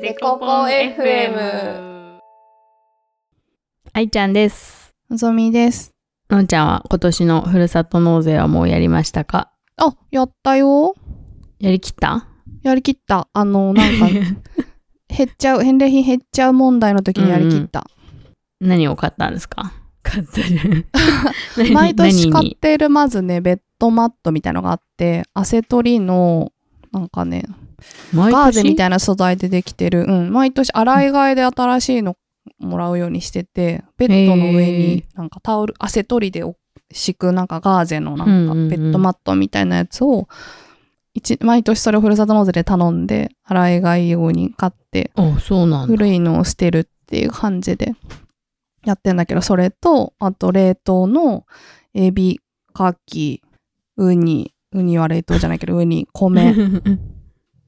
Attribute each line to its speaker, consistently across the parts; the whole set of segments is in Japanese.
Speaker 1: デコポン FM
Speaker 2: あいちゃんです。
Speaker 3: のぞみです。
Speaker 2: のんちゃんは今年のふるさと納税はもうやりましたか
Speaker 3: あ、やったよ。
Speaker 2: やり きった
Speaker 3: やりきった。あの、なん か、減っちゃう、返礼品減っちゃう問題の時にやりき った。
Speaker 2: 何を買ったんですか買ったじゃん 何
Speaker 3: 毎年
Speaker 2: 何
Speaker 3: 買っ
Speaker 2: に
Speaker 3: てる、まずね、ベッドマットみたいのがあって、アセトリの、なんかね、
Speaker 2: 毎
Speaker 3: ガーゼみ
Speaker 2: い
Speaker 3: たいな素材でできてる。うん、毎年洗い替えで新しいのもらうようにしてて、ベッドの上
Speaker 2: へ
Speaker 3: に
Speaker 2: ー、
Speaker 3: なんかタオル、アセトリで敷く、なんかガーゼのな
Speaker 2: う
Speaker 3: ん
Speaker 2: んう
Speaker 3: か
Speaker 2: んうん
Speaker 3: ベッドマットみたいなやつを、一毎年それをふるさと納税で頼んで、洗い替え用に買って、
Speaker 2: あそうなんだ
Speaker 3: 古いのを捨てるっていう感じでやってんだけど、それと、あと冷凍のエビ、カキ、ウニ、ウニは冷凍じゃないけど、ウニ、 米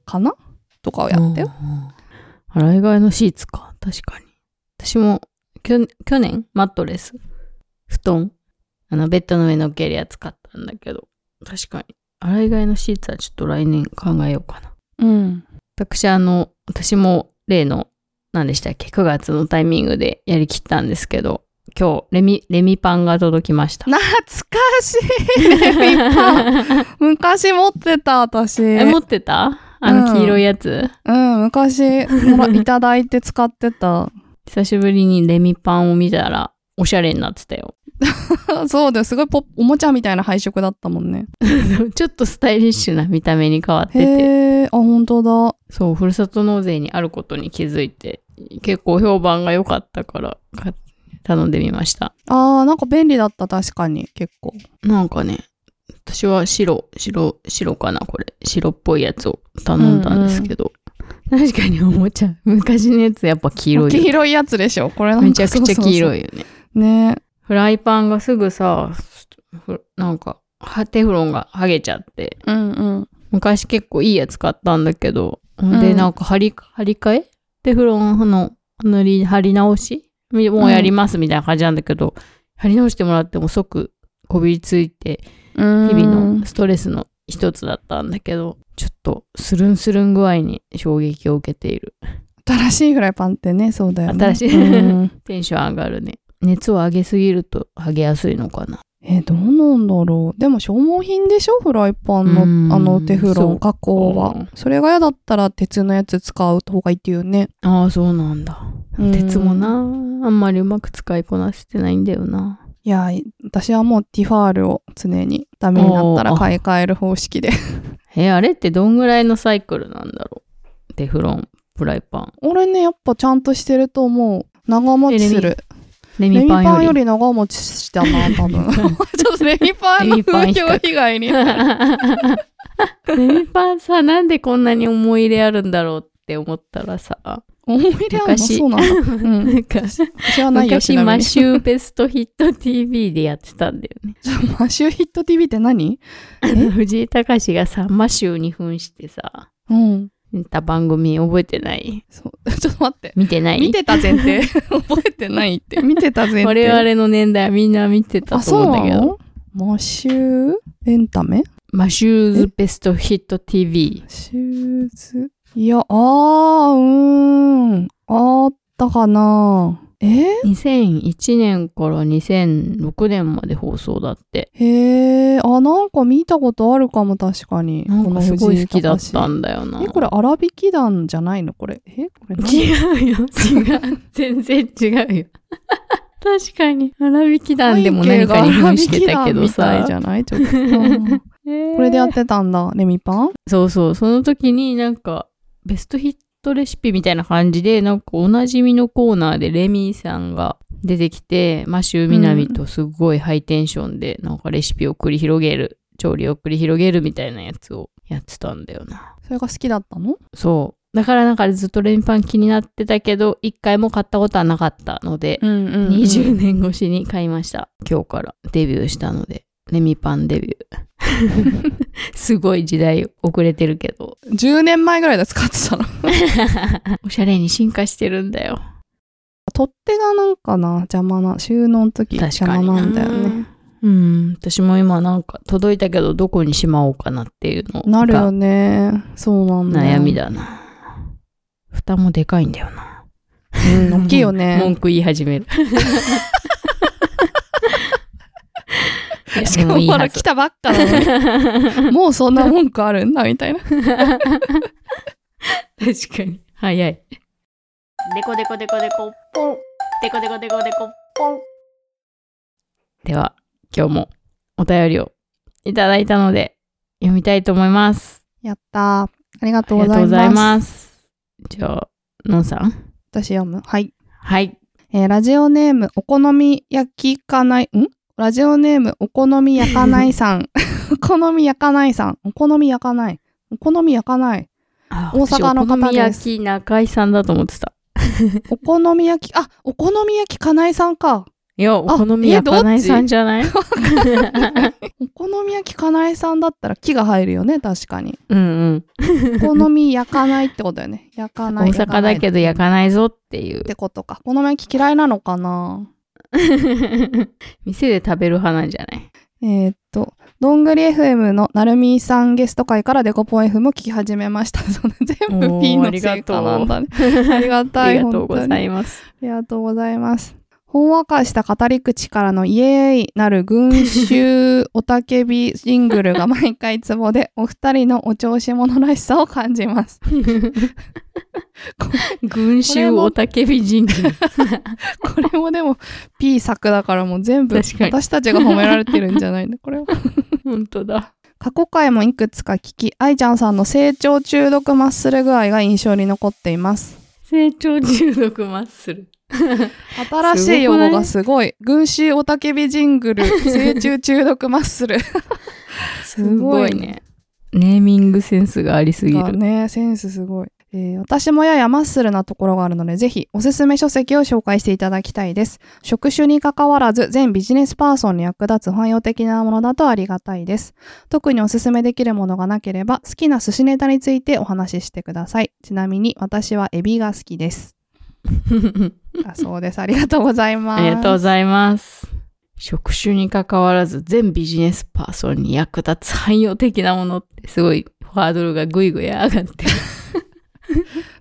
Speaker 3: かなとかをやったよ。
Speaker 2: うん洗い替えのシーツか確かに私もきょ去年マットレス布団あのベッドの上乗っけるやつ買ったんだけど確かに洗い替えのシーツはちょっと来年考えようかな
Speaker 3: うん。
Speaker 2: 私あの私も例の何でしたっけ9月のタイミングでやりきったんですけど今日レミレミパンが届きました
Speaker 3: 懐かしいレミパン昔持ってた私
Speaker 2: え持ってたあの
Speaker 3: うん
Speaker 2: 黄色いやつ、
Speaker 3: うん昔もらいただいて使ってた
Speaker 2: 久しぶりにレミパンを見たらおしゃれになってたよ
Speaker 3: そうですすごいポッおもちゃみたいな配色だったもんね
Speaker 2: ちょっとスタイリッシュな見た目に変わってて
Speaker 3: へえあ本当だ
Speaker 2: そうふるさと納税にあることに気づいて結構評判が良かったから買っ頼んでみました
Speaker 3: あーなんか便利だった確かに結構
Speaker 2: なんかね、私は白、白、白かな、これ。白っぽいやつを頼んだんですけど。確かにおもちゃ、昔のやつやっぱ黄色いよ
Speaker 3: 黄。色いやつでしょこれなんか
Speaker 2: めちゃくちゃ黄色
Speaker 3: い
Speaker 2: いよね。
Speaker 3: ね
Speaker 2: フライパンがすぐさ、ふなんか、はテフロンが剥げちゃって。
Speaker 3: うんうん
Speaker 2: 昔結構いいやつ買ったんだけど。
Speaker 3: ん
Speaker 2: で、なんか張り、張り替えテフロンの塗り、貼り直しみもうやりますみたいな感じなんだけど、貼り直してもらっても即こびりついて、日々のストレスの一つだったんだけどちょっとスルンスルン具合に衝撃を受けている
Speaker 3: 新しいフライパンってねそうだよね
Speaker 2: 新しい
Speaker 3: うん
Speaker 2: テンション上がるね熱を上げすぎると剥げやすいのかな
Speaker 3: えーどうなんだろうでも消耗品でしょフライパンの
Speaker 2: うん
Speaker 3: あのテフロ
Speaker 2: そう
Speaker 3: ン加工
Speaker 2: うん
Speaker 3: はそれが嫌だったら鉄のやつ使う方がいいっていうね
Speaker 2: ああそうなんだ
Speaker 3: うん
Speaker 2: 鉄もなあんまりうまく使いこなせてないんだよない
Speaker 3: やー私はもうティファールを常にダメになった
Speaker 2: お
Speaker 3: ら
Speaker 2: ー
Speaker 3: 買い替える方式で
Speaker 2: えあれってどんぐらいのサイクルなんだろうテフロンフライパン
Speaker 3: 俺ねやっぱちゃんとしてると思う長持ちするレ
Speaker 2: レミ
Speaker 3: ミ
Speaker 2: パン
Speaker 3: パ
Speaker 2: よ
Speaker 3: ン
Speaker 2: り
Speaker 3: より長持ちした な多分ちょっとレミパン
Speaker 2: レミ
Speaker 3: の
Speaker 2: パ
Speaker 3: 風
Speaker 2: ン比較
Speaker 3: 評被害に
Speaker 2: レミパンさなんでこんなに思い入れあるんだろうって思ったらさ
Speaker 3: 思い入れあるの
Speaker 2: 昔
Speaker 3: そうなんだ、う、
Speaker 2: なんんか
Speaker 3: 私はないよ
Speaker 2: 昔
Speaker 3: ちなみ
Speaker 2: マ
Speaker 3: に
Speaker 2: シューベストヒット TV でやってたんだよね。
Speaker 3: マシューヒット TV って何 え
Speaker 2: 藤井隆がさ、マシューに扮してさ、
Speaker 3: うん
Speaker 2: 見た番組覚えてない
Speaker 3: そう ちょっと待って
Speaker 2: 見てない
Speaker 3: 見てた前 提覚えてないって見てた前提
Speaker 2: 我々の年代はみんな見てた
Speaker 3: あ
Speaker 2: と
Speaker 3: そう
Speaker 2: 思うんだけ
Speaker 3: な
Speaker 2: ど。
Speaker 3: のマシューエンタメ
Speaker 2: マシューズベストヒット TV。
Speaker 3: シューズいやあーうーんあったかなえ
Speaker 2: 2001年から2006年まで放送だって。
Speaker 3: へえあなんか見たことあるかも確かに
Speaker 2: なんかすごい好きだった
Speaker 3: この藤井
Speaker 2: んだよな。
Speaker 3: 隆えこれ粗引き団じゃないのこれえこれ何
Speaker 2: 違うよ。違う。全然違う よ。確かに。荒引き団でも何かに扮してたけど
Speaker 3: 背景が粗引き団みたい
Speaker 2: さ
Speaker 3: じ。ゃないちょっとうん これでやってたんだレミパン
Speaker 2: そうそう、その時になんか、ベストヒットレシピみたいな感じで、なんかおなじみのコーナーでレミーさんが出てきて、マシューミナミとすごいハイテンションで、なんかレシピを繰り広げる、調理を繰り広げるみたいなやつをやってたんだよな。
Speaker 3: それが好きだったの
Speaker 2: そう。だからなんかずっとレミパン気になってたけど、一回も買ったことはなかったので、
Speaker 3: うんうん、
Speaker 2: 20年越しに買いました。今日からデビューしたので、レミパンデビュ ー。 すごい時代遅れてるけど。
Speaker 3: 10年前ぐらいで使ってたの
Speaker 2: おしゃれに進化してるんだよ。
Speaker 3: 取っ手がなんかな邪魔な収納の時
Speaker 2: 確
Speaker 3: 邪
Speaker 2: か
Speaker 3: 魔
Speaker 2: に
Speaker 3: なんだよね。
Speaker 2: うん、私も今なんか届いたけどどこにしまおうかなっていうのが
Speaker 3: なるよねそうなんだよ
Speaker 2: 悩みだな。布蓋もでかいんだよな。
Speaker 3: うん、大きいよね。
Speaker 2: 文句言い始める。 い や
Speaker 3: しかも
Speaker 2: でいい
Speaker 3: ま
Speaker 2: は
Speaker 3: だ
Speaker 2: ず
Speaker 3: 来たばっかなのに。もうそんな文句あるんだみたいな。
Speaker 2: 確かに。早い。
Speaker 1: デコデコデコデコポン。デコデコデコデコポン。
Speaker 2: では、今日もお便りをいただいたので、読みたいと思います。
Speaker 3: やったー。ありが
Speaker 2: あ
Speaker 3: とう
Speaker 2: り
Speaker 3: ござ
Speaker 2: がとう
Speaker 3: い
Speaker 2: ござい
Speaker 3: ます。
Speaker 2: ます。じゃあ、のんさん
Speaker 3: 私読む。はい。
Speaker 2: はい。
Speaker 3: えーラジオネーム、お好み焼きかない、んラジオネーム、お好み焼かないさん。 お好み焼かないさん。お好み焼かない。お好み焼かない。
Speaker 2: 大
Speaker 3: 大阪の方です
Speaker 2: お好み焼き中井さんだと思ってた。
Speaker 3: お好み焼き、あ、お好み焼きかないさんか。
Speaker 2: いや、お好み焼き中井さんじゃない
Speaker 3: お好み焼きかないさんだったら木が入るよね、確かに。
Speaker 2: うんうん。
Speaker 3: お好み焼かないってことだよね。焼かな
Speaker 2: 大
Speaker 3: い。
Speaker 2: 阪だけど
Speaker 3: 焼
Speaker 2: 焼
Speaker 3: かない
Speaker 2: かないぞっていう
Speaker 3: っ。てことか。お好み焼き嫌いなのかな
Speaker 2: 店で食べる派なんじゃない
Speaker 3: えーっと、どんぐり FM のなるみさんゲスト会からデコポン FM 聞き始めました。 その全部
Speaker 2: おー
Speaker 3: P のせいかなんだね。ありが
Speaker 2: あ
Speaker 3: たい。
Speaker 2: りがとうござ
Speaker 3: ます。
Speaker 2: います。
Speaker 3: ありがとうございます。ほんわかした語り口からのイエーイなる群衆おたけびジングルが毎回ツボで、お二人のお調子者らしさを感じます。
Speaker 2: 群衆おたけび 人気。
Speaker 3: これもでも P 作だからもう全部
Speaker 2: 確かに
Speaker 3: 私たちが褒められてるんじゃないのこれは。
Speaker 2: 本当だ。
Speaker 3: 過去回もいくつか聞き、愛ちゃんさんの成長中毒マッスル具合が印象に残っています。
Speaker 2: 成長中毒マッスル。
Speaker 3: 新しい用語がすごい。群衆おたけびジングル、成長中毒マッス ル。
Speaker 2: す
Speaker 3: ごいね
Speaker 2: ね。ネーミングセンスがありすぎ
Speaker 3: が
Speaker 2: る。
Speaker 3: ね、センスすごい。えー私もややマッスルなところがあるので、ぜひおすすめ書籍を紹介していただきたいです。職種に関わらず、全ビジネスパーソンに役立つ汎用的なものだとありがたいです。特におすすめできるものがなければ、好きな寿司ネタについてお話ししてください。ちなみに、私はエビが好きです。だそうです。ありがとうございます。
Speaker 2: ありがとうございます。職種に関わらず全ビジネスパーソンに役立つ汎用的なものってすごいハードルがぐいぐい上がってる。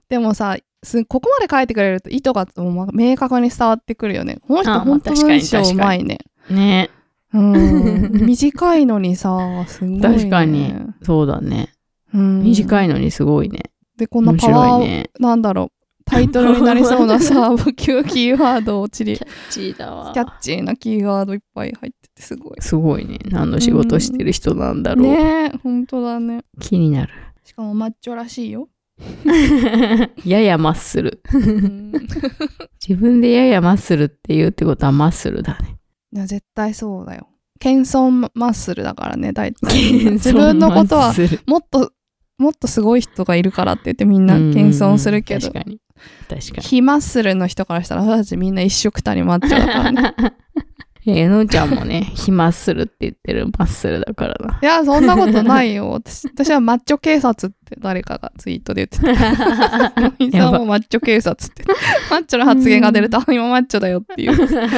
Speaker 3: でもさ、すここまで書いてくれると意図がもう明確に伝わってくるよね。この人
Speaker 2: あ
Speaker 3: 本当
Speaker 2: 確かに
Speaker 3: 文章うまいね。
Speaker 2: ね
Speaker 3: うん。 短いのにさ、すごい、ね。
Speaker 2: 確かに。そうだね。
Speaker 3: うん。
Speaker 2: 短
Speaker 3: い。
Speaker 2: いのにすごいね。
Speaker 3: で、こんな
Speaker 2: 面
Speaker 3: パワー、
Speaker 2: 白いね。
Speaker 3: なんだろう。タイトルになりそうなさ、無給キーワードをちり、キ
Speaker 2: チーだわ
Speaker 3: ャッチーなキーワードいっぱい入っててすごい。
Speaker 2: すごいね。何の仕事してる人なんだろう。
Speaker 3: ねえ、本当だね。
Speaker 2: 気になる。
Speaker 3: しかもマッチョらしいよ。
Speaker 2: ややマッスル。
Speaker 3: うん
Speaker 2: 自分でややマッスルって言うってことはマッスルだね。
Speaker 3: いや絶対そうだよ。謙遜マッスルだからね、大体。
Speaker 2: 自
Speaker 3: 自分のことは
Speaker 2: する
Speaker 3: もっと、もっとすごい人がいるからって言ってみんな謙遜するけど、
Speaker 2: 確かに。確かに。
Speaker 3: 非マッスルの人からしたら私たちみんな一緒くたにマッチョだからね。
Speaker 2: えのちゃんもね、ひマッスルって言ってるマッスルだからな。
Speaker 3: いや、そんなことないよ。 私私はマッチョ警察って誰かがツイートで言ってた。ロイさんもマッチョ警察って。マッチョの発言が出ると、あ 今マッチョだよっていう。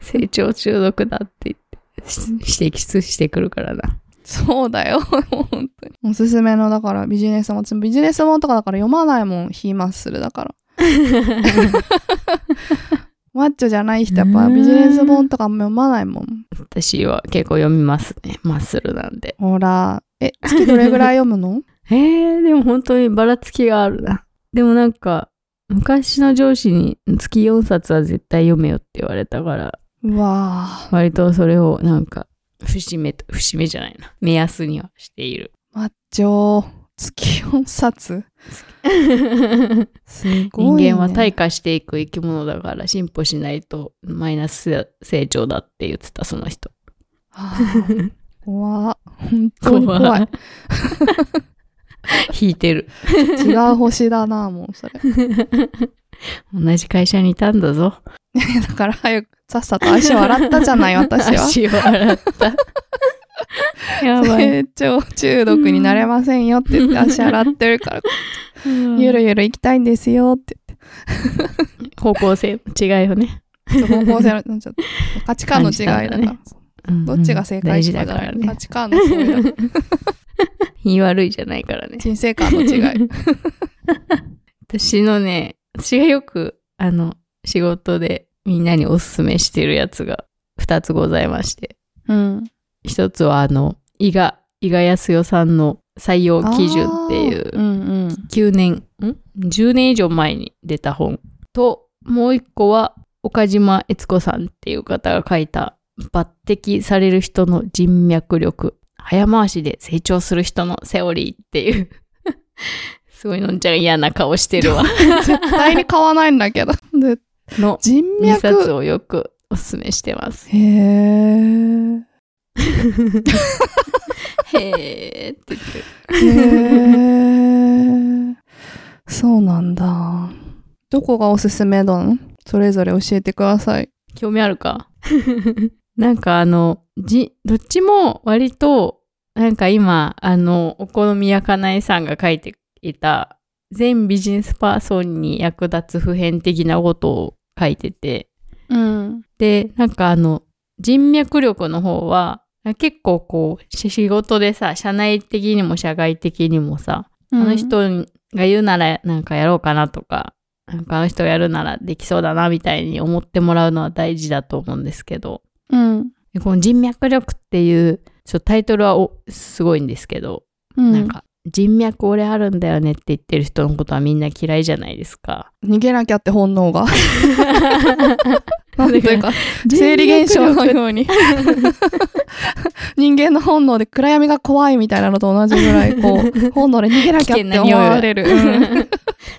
Speaker 2: 成長中毒だって言って、し指摘してくるからな。
Speaker 3: そうだよ。本当に。おすすめの、だからビジネスもん、ビジネスもんとかだから読まないもん、非マッスルだから。マッチョじゃない人、やっぱビジネス本とかも読まないもん。
Speaker 2: 私は結構読みますね。マッスルなんで。
Speaker 3: ほら。え、月どれぐらい読むの
Speaker 2: えー、でも本当にばらつきがあるな。でもなんか、昔の上司に月4冊は絶対読めよって言われたから、
Speaker 3: うわ
Speaker 2: 割とそれをなんか、節目と、節目じゃないな。目安にはしている。
Speaker 3: ぁ、マッチョ。月4冊。すごい、ね。
Speaker 2: 人間は 退化していく生き物だから進歩しないとマイナス成長だって言ってたその人
Speaker 3: はぁ怖っ本当に怖い。
Speaker 2: 怖い引いてる
Speaker 3: 違う星だなぁ、もうそ れ。
Speaker 2: 同じ会社にいたんだぞ
Speaker 3: だから早く、さっさと足笑ったじゃ ない、私は。
Speaker 2: 足を洗っ たやば い
Speaker 3: 成長中毒になれませんよって言っ て足洗ってるから、ゆるゆる行きたいんですよって
Speaker 2: 方向性違いよね、
Speaker 3: 言って、方向性のちょっと 価値観の違いだから、
Speaker 2: 感じたんだねうん
Speaker 3: どっちが正
Speaker 2: 大
Speaker 3: 解
Speaker 2: 事
Speaker 3: と
Speaker 2: だ
Speaker 3: かじ
Speaker 2: か
Speaker 3: ゃな
Speaker 2: ら
Speaker 3: い、
Speaker 2: ね
Speaker 3: 価値観の違いだから
Speaker 2: 言い悪いじゃないからね
Speaker 3: 人生観の違い。
Speaker 2: 私のね、私がよく、あの、仕事でみんなにおすすめしてるやつが2つございまして。
Speaker 3: うん。
Speaker 2: 一つは、あの、伊賀、伊賀康代さんの採用基準ってい
Speaker 3: あーう
Speaker 2: う、
Speaker 3: んうん。
Speaker 2: 9年、ん ?10 年以上前に出た本と、もう一個は、岡島悦子さんっていう方が書いた、抜擢される人の人脈力、早回しで成長する人のセオリーっていう、 すごいのんちゃんが嫌な顔して るわ。
Speaker 3: 絶対に買わないんだけど。で
Speaker 2: の
Speaker 3: 人
Speaker 2: 2冊
Speaker 3: 脈。
Speaker 2: をよくおすすめしてます。
Speaker 3: へー。
Speaker 2: へーって言ってる。
Speaker 3: へー。そうなんだ。どこがおすすめなのそれぞれ教えてください。
Speaker 2: 興味あるか なんかあの、じ、どっちも割と、なんか今、あの、お好み焼かないさんが書いていた、全ビジネスパーソンに役立つ普遍的なことを書いてて、
Speaker 3: うん。
Speaker 2: で、なんかあの、人脈力の方は、結構こう、し仕事でさ、社内的にも社外的にもさ、
Speaker 3: あ
Speaker 2: あの、人が言うならなんかやろうかなとか、なんかあの人がやるならできそうだなみたいに思ってもらうのは大事だと思うんですけど、
Speaker 3: うん。
Speaker 2: でこの人脈力っていう、ちょっとタイトルはおすごいんですけど、
Speaker 3: な
Speaker 2: なんか人脈俺あるんだよねって言ってる人のことはみんな嫌いじゃないです か。
Speaker 3: 逃げなきゃって本能 が。なんていうか、生
Speaker 2: 生
Speaker 3: 理現象のように。人間の本能で暗闇が怖いみたいなのと同じぐらい、こう、 本能で逃げなきゃって思われる。うん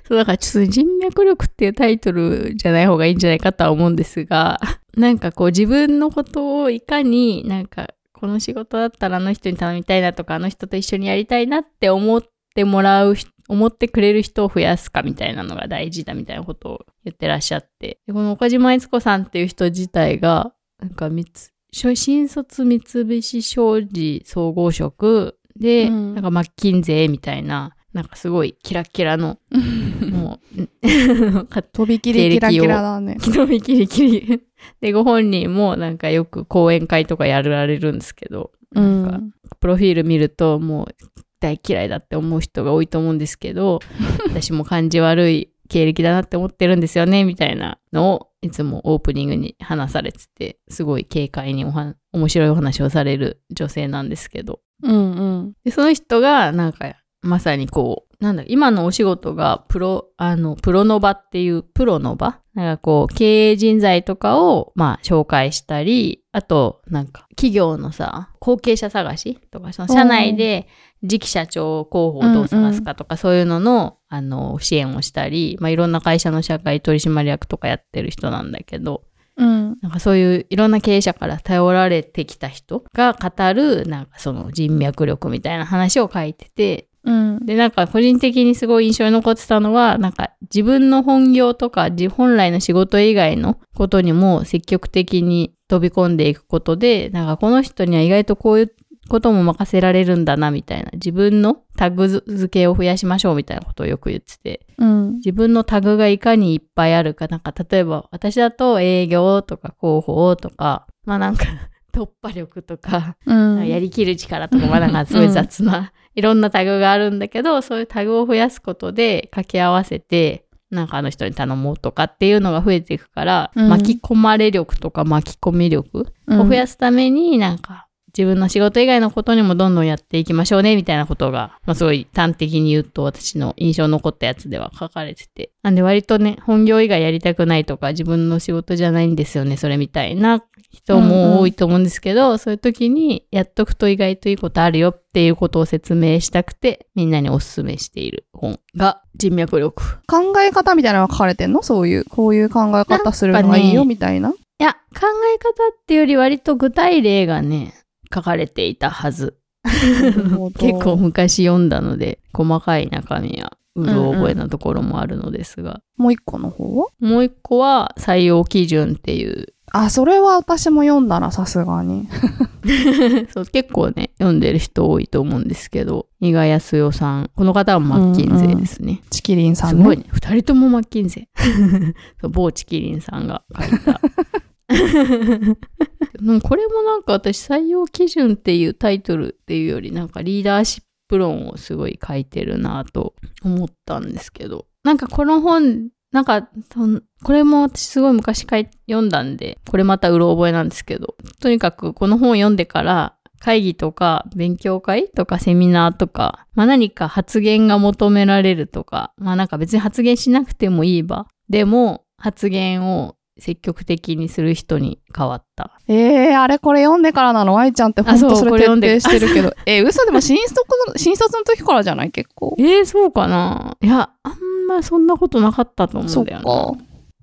Speaker 2: そうだからちょっと人脈力っていうタイトルじゃない方がいいんじゃないかとは思うんですが、なんかこう自分のことをいかになんかこの仕事だったらあの人に頼みたいなとかあの人と一緒にやりたいなって思ってもらう人思ってくれる人を増やすかみたいなのが大事だみたいなことを言ってらっしゃって。でこの岡島悦子さんっていう人自体が、なんか三つ、初新卒三菱商事総合職で、
Speaker 3: うん
Speaker 2: なんかマッキンゼーみたいな、なんかすごいキラッキラのもう、 勝
Speaker 3: とびきりキラキラだね。
Speaker 2: 手のみキリキリ。 で、ご本人もなんかよく講演会とかやられるんですけど、
Speaker 3: うん
Speaker 2: なんプロフィール見るともう大嫌いだって思う人が多いと思うんですけど、私も感じ悪い経歴だなって思ってるんですよね、みたいなのをいつもオープニングに話されてて、すごい軽快におは面白いお話をされる女性なんですけど、
Speaker 3: うんうん。
Speaker 2: で、その人が、なんか、まさにこう、なんだ、今のお仕事が、プロ、あの、プロの場っていう、プロの場なんかこう、経営人材とかを、まあ、紹介したり、あと、なんか、企業のさ、後継者探しとか、その、社内で、次期社長候補をどう探すかとか、そういうのの、あの、支援をしたり、まあ、いろんな会社の社会取締役とかやってる人なんだけど、
Speaker 3: うん。
Speaker 2: なんかそういういろんな経営者から頼られてきた人が語るなんかその人脈力みたいな話を書いてて
Speaker 3: うん。
Speaker 2: でなんか個人的にすごい印象に残ってたのはなんか自分の本業とか自本来の仕事以外のことにも積極的に飛び込んでいくことでなんかこの人には意外とこういうことも任せられるんだなみたいな自分のタグ付けを増やしましょうみたいなことをよく言ってて
Speaker 3: うん。
Speaker 2: 自分のタグがいかにいっぱいあるか、なんか例えば私だと営業とか広報とか、まあなんか 突破力とか、
Speaker 3: うん。
Speaker 2: やりきる力とか、まあなんかすごい雑な、 いろんなタグがあるんだけど、そういうタグを増やすことで掛け合わせて、なんかあの人に頼もうとかっていうのが増えていくから、
Speaker 3: うん
Speaker 2: 巻き込まれ力とか巻き込み力
Speaker 3: う
Speaker 2: を
Speaker 3: ん
Speaker 2: 増やすためになんか自分の仕事以外のことにもどんどんやっていきましょうねみたいなことが、まあ、すごい端的に言うと私の印象に残ったやつでは書かれててなんで割とね本業以外やりたくないとか自分の仕事じゃないんですよねそれみたいな人
Speaker 3: うんうん
Speaker 2: も多いと思うんですけど、そういう時にやっとくと意外といいことあるよっていうことを説明したくてみんなにおすすめしている本が人脈力
Speaker 3: 考え方みたいなのが書かれてんのそういう、こういう考え方するのがいいよみたいな。
Speaker 2: いや、考え方っていうより割と具体例がね、書かれていたはず。 結構昔読んだので、細かい中身やうろ覚えなところもあるのですが、
Speaker 3: もう一個の方は
Speaker 2: もう一個は採用基準っていう、
Speaker 3: あ、それは私も読んだな、さすがに。
Speaker 2: そう結構ね、読んでる人多いと思うんですけど、伊賀康代さん、この方はマッキンゼーですね。
Speaker 3: チキリンさ
Speaker 2: す
Speaker 3: ん
Speaker 2: ご
Speaker 3: ね
Speaker 2: い。ね。二人ともマッキンゼー。 そう某チキリンさんが書いた。 でもこれもなんか私採用基準っていうタイトルっていうよりなんかリーダーシップ論をすごい書いてるなと思ったんですけどなんかこの本、なんか、そんこれも私すごい昔かい読んだんで、これまたうろ覚えなんですけど、とにかくこの本を読んでから、会議とか勉強会とかセミナーとか、まあ何か発言が求められるとか、まあなんか別に発言しなくてもいい場、でも発言を積極的にする人に変わった。
Speaker 3: えー、あれこれ読んでからなの愛ちゃんってほんと
Speaker 2: あそう
Speaker 3: それ
Speaker 2: これ
Speaker 3: 徹
Speaker 2: 読ん
Speaker 3: 底
Speaker 2: で
Speaker 3: してるけど。 えー、嘘でも新卒の、新卒の時からじゃない結構。
Speaker 2: えー、そうかないや、あんまそんなことなかったと思う
Speaker 3: そ
Speaker 2: ん
Speaker 3: っ
Speaker 2: だよ
Speaker 3: か
Speaker 2: な。。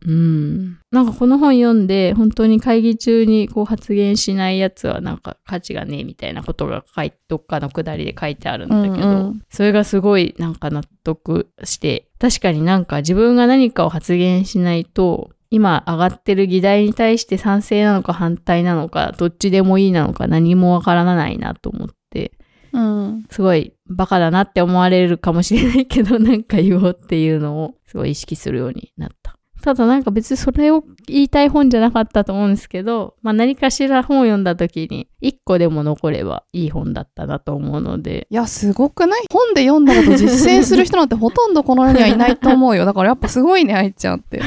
Speaker 2: うん。なんかこの本読んで、本当に会議中にこう発言しないやつはなんか価値がねえみたいなことが書いどっかのくだりで書いてあるんだけど、
Speaker 3: うんうん
Speaker 2: それがすごいなんか納得して、確かになんか自分が何かを発言しないと、今上がってる議題に対して賛成なのか反対なのか、どっちでもいいなのか何もわからないなと思って、
Speaker 3: うん。
Speaker 2: すごいバカだなって思われるかもしれないけど、 なんか言おうっていうのをすごい意識するようになった。ただなんか別にそれを言いたい本じゃなかったと思うんですけど、まあ何かしら本を読んだ時に一個でも残ればいい本だったなと思うので、
Speaker 3: いや、すごくない本で読んだこと実践する人なんてほとんどこの世にはいないと思うよ。だからやっぱすごいね、愛ちゃんっ て。
Speaker 2: で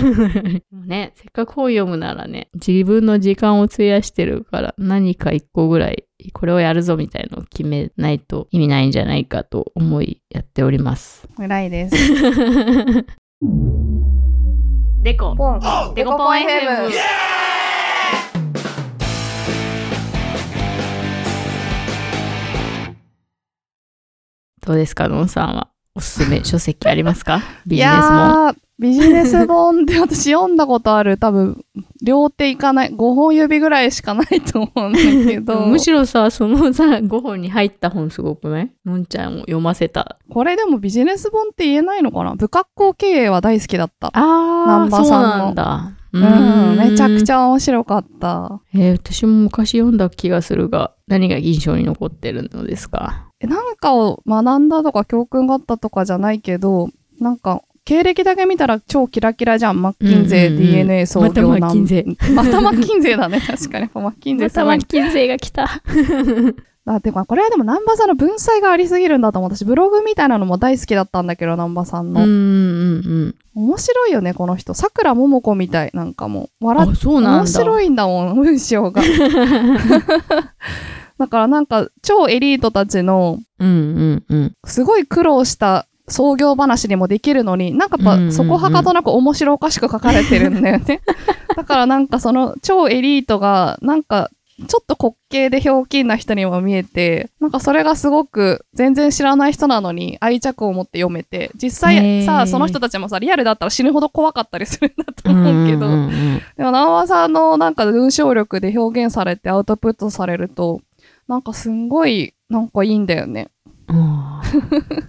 Speaker 2: もね、せっかく本読むならね、自分の時間を費やしてるから何か一個ぐらいこれをやるぞみたいのを決めないと意味ないんじゃないかと思いやっており ます。
Speaker 3: 偉いです。
Speaker 1: デコ
Speaker 4: ポン
Speaker 1: デコポン FM
Speaker 2: どうですか、のんさんは。おすすめ書籍ありますか ビ
Speaker 3: い
Speaker 2: ジネスもん。
Speaker 3: やービジネス本で私読んだことある。多分、両手いかない、5本指ぐらいしかないと思うんだけ
Speaker 2: でも
Speaker 3: ど。
Speaker 2: むしろさ、そのさ、5本に入った本すごくないのんちゃんを読ませた。
Speaker 3: これでもビジネス本って言えないのかな部格好経営は大好きだった。
Speaker 2: あ
Speaker 3: ー
Speaker 2: そうなんだ。
Speaker 3: う
Speaker 2: う
Speaker 3: ん、めちゃくち
Speaker 2: ゃ。
Speaker 3: ゃ面白かった。
Speaker 2: えー私も昔読んだ気がするが、何が印象に残ってるのですか
Speaker 3: え、なんかを学んだとか教訓があったとかじゃないけど、なんか、経歴だけ見たら超キラキラじゃん。マッキンゼー、
Speaker 2: うんうんうん
Speaker 3: DNA 創業
Speaker 2: またマッキンゼ
Speaker 3: ー。またマッキンゼーだね。確かに。やっぱマッキンゼー
Speaker 2: ま
Speaker 3: す
Speaker 2: た
Speaker 3: ごい
Speaker 2: マッキンゼーが来た。
Speaker 3: あ、てか、これはでも南波さんの文才がありすぎるんだと思う。私、ブログみたいなのも大好きだったんだけど、南波さん
Speaker 2: うん
Speaker 3: の。
Speaker 2: うんうん。
Speaker 3: 面白いよね、この人。桜ももこみたい。なんかもう、笑っ
Speaker 2: あ、そうなんだ。
Speaker 3: 面白いんだもん、文章 が。 だからなんか、超エリートたちの、
Speaker 2: うんうんうん。
Speaker 3: すごい苦労した創業話にもできるのに、なんか
Speaker 2: うんうん
Speaker 3: や
Speaker 2: う
Speaker 3: っぱ
Speaker 2: ん
Speaker 3: そこはかとなく面白おかしく書かれてるんだよね。 だからなんかその超エリートが、なんかちょっと滑稽でひょうきんな人にも見えて、なんかそれがすごく全然知らない人なのに愛着を持って読めて、実
Speaker 2: へ
Speaker 3: 際
Speaker 2: ー
Speaker 3: さ、その人たちもさ、リアルだったら死ぬほど怖かったりするんだと
Speaker 2: うん
Speaker 3: 思う
Speaker 2: う
Speaker 3: け
Speaker 2: ん
Speaker 3: ど、
Speaker 2: うん
Speaker 3: でも、南和さんのなんか文章力で表現されてアウトプットされると、なんかすんごい、なんかいいんだよね。
Speaker 2: あー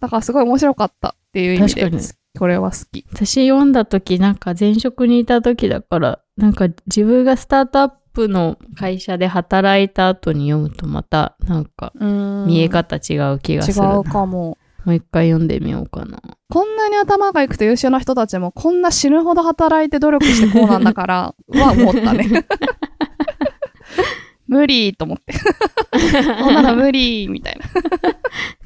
Speaker 3: だからすごい面白かったっていう意味で
Speaker 2: 確かに、
Speaker 3: これは好き。
Speaker 2: 私読んだ時なんか前職にいた時だからなんか自分がスタートアップの会社で働いた後に読むとまたなんか見
Speaker 3: 見
Speaker 2: え方違う気が
Speaker 3: 違
Speaker 2: するな、
Speaker 3: うかも。
Speaker 2: もう一回読んでみようかな
Speaker 3: こんなに頭がいくと優秀な人たちも、こんな死ぬほど働いて努力してこうなんだから、 は思った ね。無理と思 って。こんなの無理みたい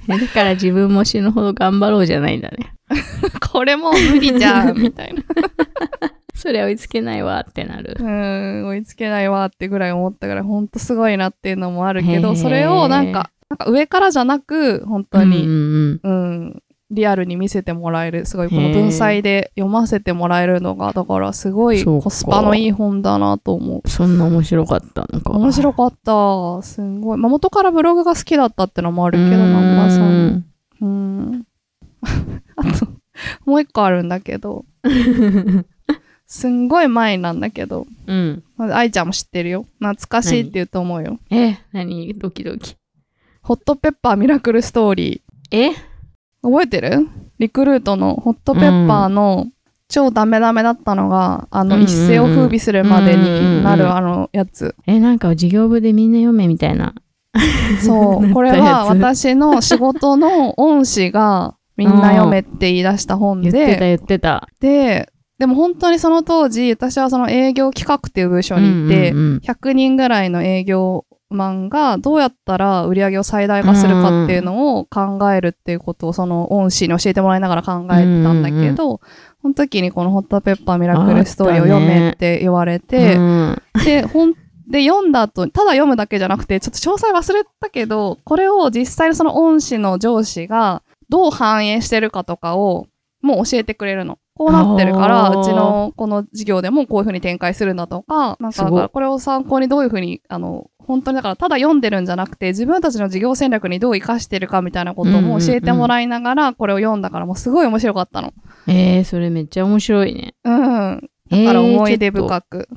Speaker 3: な。
Speaker 2: え だから自分も死ぬほど頑張ろうじゃないんだね
Speaker 3: これもう無理じゃんみたい な。
Speaker 2: それ追いつけないわってなる
Speaker 3: うーん、追いつけないわってぐらい思ったぐらい、ほんとすごいなっていうのもあるけ
Speaker 2: へ
Speaker 3: ど、
Speaker 2: ー
Speaker 3: それをなんか、なんか上からじゃなく、本当
Speaker 2: うん
Speaker 3: に、
Speaker 2: うん
Speaker 3: うん、リアルに見せてもらえる、すごい、この文才で読ませてもらえるのが、だからすごい
Speaker 2: そうか
Speaker 3: コスパのいい本だなと思う。
Speaker 2: そんな面白かったのか
Speaker 3: 面
Speaker 2: か
Speaker 3: 白かった。すごい。まあ、元からブログが好きだったってのもあるけど、南波さん。うーん。 あと、もう一個あるんだけど、すんごい前なんだけど、
Speaker 2: うん
Speaker 3: 愛ちゃんも知ってるよ。懐かしいって言うと思うよ。
Speaker 2: え何ドキドキ
Speaker 3: ホットペッパーミラクルストーリ
Speaker 2: え
Speaker 3: ー。覚えてるリクルートのホットペッパーの超ダメダメだったのが、あ
Speaker 2: う
Speaker 3: の
Speaker 2: んうんうん
Speaker 3: 一世を風靡するまでにな
Speaker 2: うんうんうんう
Speaker 3: る
Speaker 2: ん
Speaker 3: あのや つ。
Speaker 2: えなんか授業部でみんな読めみたいな
Speaker 3: そう。これは
Speaker 2: なった
Speaker 3: 私の仕事の恩師がみんな読めって言い出した本
Speaker 2: 言ってた
Speaker 3: で、
Speaker 2: 言ってた
Speaker 3: で、でも本当にその当時、私はその営業企画っていう部署にいて、
Speaker 2: うんうんうん
Speaker 3: 100人ぐらいの営業マンがどうやったら売り上げを最大化するかっていうのを考えるっていうことをその恩師に教えてもらいながら考えてたんだけど、その時にこのホットペッパーミラクルストーリーを読めって言われて、
Speaker 2: うん
Speaker 3: で、ほん、で、読んだ後、ただ読むだけじゃなくて、ちょっと詳細忘れたけど、これを実際のその恩師の上司がどう反映してるかとかを、もう教えてくれるの。こうなってるから、
Speaker 2: あー
Speaker 3: うちのこの事業でもこういうふうに展開するんだとか、なん
Speaker 2: す
Speaker 3: か
Speaker 2: ごい
Speaker 3: だからこれを参考にどういうふうに、あの、本当にだからただ読んでるんじゃなくて、自分たちの事業戦略にどう活かしてるかみたいなことも教えてもらいながら、これを読んだから、もうすごい面白かったの。
Speaker 2: えー、それめっちゃ面白いね。
Speaker 3: うん。
Speaker 2: え
Speaker 3: だから
Speaker 2: ー
Speaker 3: 思い出
Speaker 2: ちょっ
Speaker 3: 深く。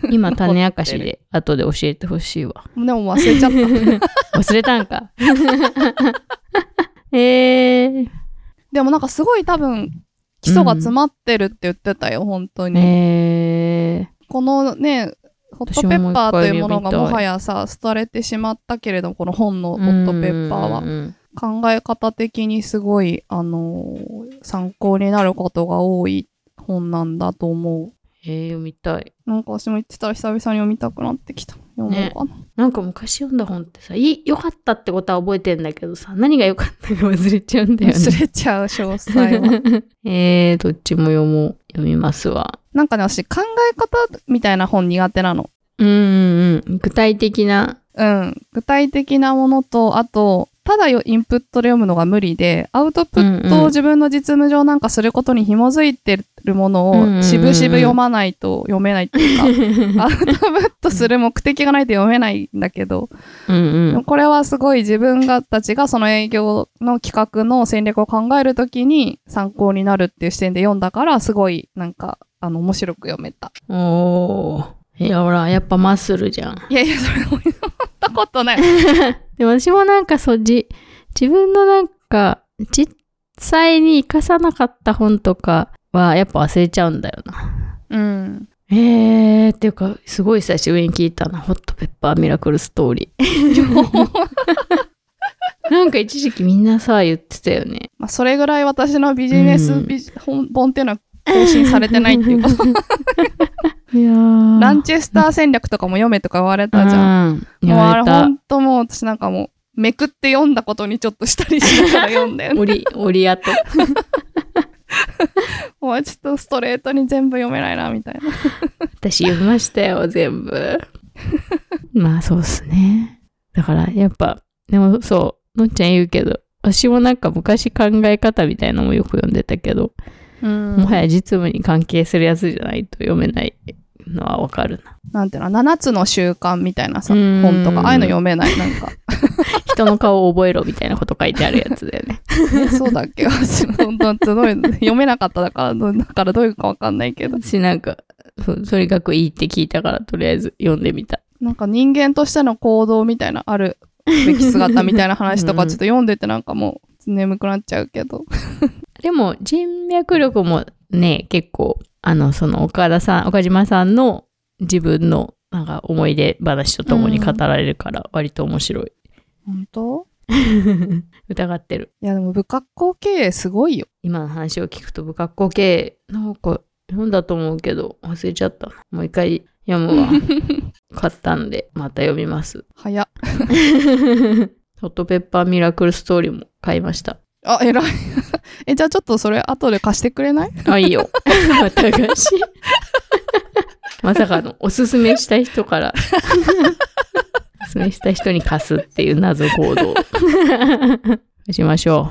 Speaker 2: と今、種明かしで、後で教えてほしい わ。
Speaker 3: でも忘れちゃった。
Speaker 2: 忘れたんか。 えー、
Speaker 3: でもなんかすごい多分基礎が詰まってるって言ってたよ、本当に、
Speaker 2: えー、
Speaker 3: このねホットペッパーというものがもはやさ廃れてしまったけれどもこの本のホットペッパー
Speaker 2: う
Speaker 3: は
Speaker 2: ん
Speaker 3: 考え方的にすごいあのー参考になることが多い本なんだと思
Speaker 2: えー、読みたい。
Speaker 3: うなんか私も言ってたら久々に読みたくなってきた読もうかな、
Speaker 2: なんか昔読んだ本ってさ、いい、良かったってことは覚えてんだけどさ、何が良かったか忘れちゃうんだよね。
Speaker 3: 忘れちゃう詳細は
Speaker 2: えー、どっちも読もう。読みますわ。
Speaker 3: なんかね私考え方みたいな本苦手なの
Speaker 2: うんうんうん。具体的な。
Speaker 3: うん、具体的なものとあとただよインプットで読むのが無理でアウトプッ
Speaker 2: うん
Speaker 3: ト
Speaker 2: う
Speaker 3: を
Speaker 2: ん
Speaker 3: 自分の実務上なんかすることに紐づいてるもの
Speaker 2: うんうんう
Speaker 3: を
Speaker 2: ん
Speaker 3: 渋々読まないと読めないっていう かアウトプットする目的がないと読めないんだけど
Speaker 2: うんう
Speaker 3: でも
Speaker 2: ん。
Speaker 3: これはすごい自分がたちがその営業の企画の戦略を考えるときに参考になるっていう視点で読んだからすごいなんかあの面白く読めた。
Speaker 2: おー。いや、ほら、やっぱマッスルじゃん。
Speaker 3: いやいやそれ読んだことない。
Speaker 2: で、私もなんかそう、じ、自分のなんか、実際に活かさなかった本とかは、やっぱ忘れちゃうんだよな。
Speaker 3: うん
Speaker 2: えー、っていうか、すごい久しぶりに聞いたな。ホットペッパーミラクルスト ーリー。なんか一時期みんなさ、言ってたよね。
Speaker 3: まあ、それぐらい私のビジネス
Speaker 2: うん
Speaker 3: ビジ、本本っていうのは更新されてないっていう か、
Speaker 2: いやー
Speaker 3: ランチェスター戦略とかも読めとか言われたじゃん。
Speaker 2: ゃん。言
Speaker 3: もうあ
Speaker 2: わ
Speaker 3: れ
Speaker 2: れ
Speaker 3: ほ
Speaker 2: た。
Speaker 3: んともう私なんかもう、めくって読んだことにちょっとしたりしながら読んだよ ね。
Speaker 2: 折り、折り跡。
Speaker 3: もうちょっとストレートに全部読めないな、みたいな。
Speaker 2: 私読みましたよ、全 部。まあ、そうっすね。だから、やっぱ、でもそう、のっちゃん言うけど、私もなんか昔考え方みたいなのもよく読んでたけど、もはや実務に関係するやつじゃないと読めないのはわかるな。
Speaker 3: なんていうの、7つの習慣みたいなさ、
Speaker 2: うん
Speaker 3: 本とか、ああいうの読めない、なん か。
Speaker 2: 人の顔を覚えろみたいなこと書いてあるやつだよ ね。
Speaker 3: えそうだっけ 私ほんとすごい、読めなかっただから、どだからどういうかわかんないけど。
Speaker 2: 私なんか、そうとにかくいいって聞いたから、とりあえず読んでみた。
Speaker 3: なんか人間としての行動みたいな、あるべき姿みたいな話と
Speaker 2: う
Speaker 3: か
Speaker 2: ん
Speaker 3: ちょっと読んでてなんかもう眠くなっちゃうけど。
Speaker 2: でも人脈力もね、結構、あの、その岡田さん、岡島さんの自分のなんか思い出話とともに語られるから、割と面白い。
Speaker 3: 本当
Speaker 2: 疑ってる。
Speaker 3: いやでも部格好経営すごいよ。
Speaker 2: 今の話を聞くと不格好系、なんか読んだと思うけど、忘れちゃったな。もう一回読むわ。買ったんで、また読みます。
Speaker 3: 早っ。
Speaker 2: ホットペッパーミラクルストーリーも買いました。
Speaker 3: あ、偉い。 え、じゃあちょっとそれ後で貸してくれない
Speaker 2: あ、いいよ。またがし。まさかの、おすすめした人から、おすすめした人に貸すっていう謎行動しましょ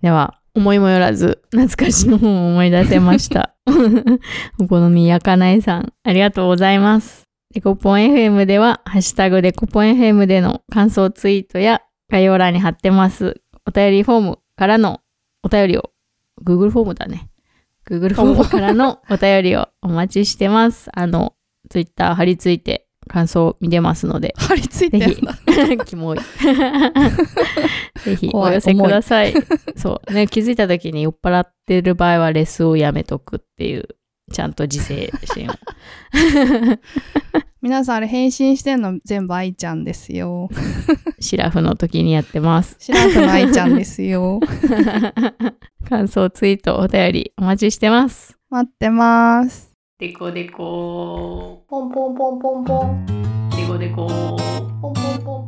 Speaker 2: う。では、思いもよらず、懐かしの本を思い出せました。 お好み焼かないさん、ありがとうございます。デコポン FM では、ハッシュタグデコポン FM での感想ツイートや、概要欄に貼ってます。お便りフォームからのお便りを、Google フォームだね。Google フォームからのお便りをお待ちしてます。あの、ツイッター貼り付いて感想見れますので、
Speaker 3: 貼り付いてるんだ。
Speaker 2: キ モい。ぜひお
Speaker 3: 怖い
Speaker 2: 寄せください。 そう。ね、気づいた時に酔っ払ってる場合はレスをやめとくっていう、ちゃんと自制心を。
Speaker 3: 皆さんあれ返信してんの全部愛ちゃんですよ。
Speaker 2: シラフの時にやってます。
Speaker 3: 知らんの愛ちゃんです よ。
Speaker 2: 感想ツイート、お便りお待ちしてます。
Speaker 3: 待ってます。
Speaker 2: でこでこ
Speaker 1: ポンポンポンポンポン。
Speaker 2: でこ
Speaker 1: こでこポンポンポン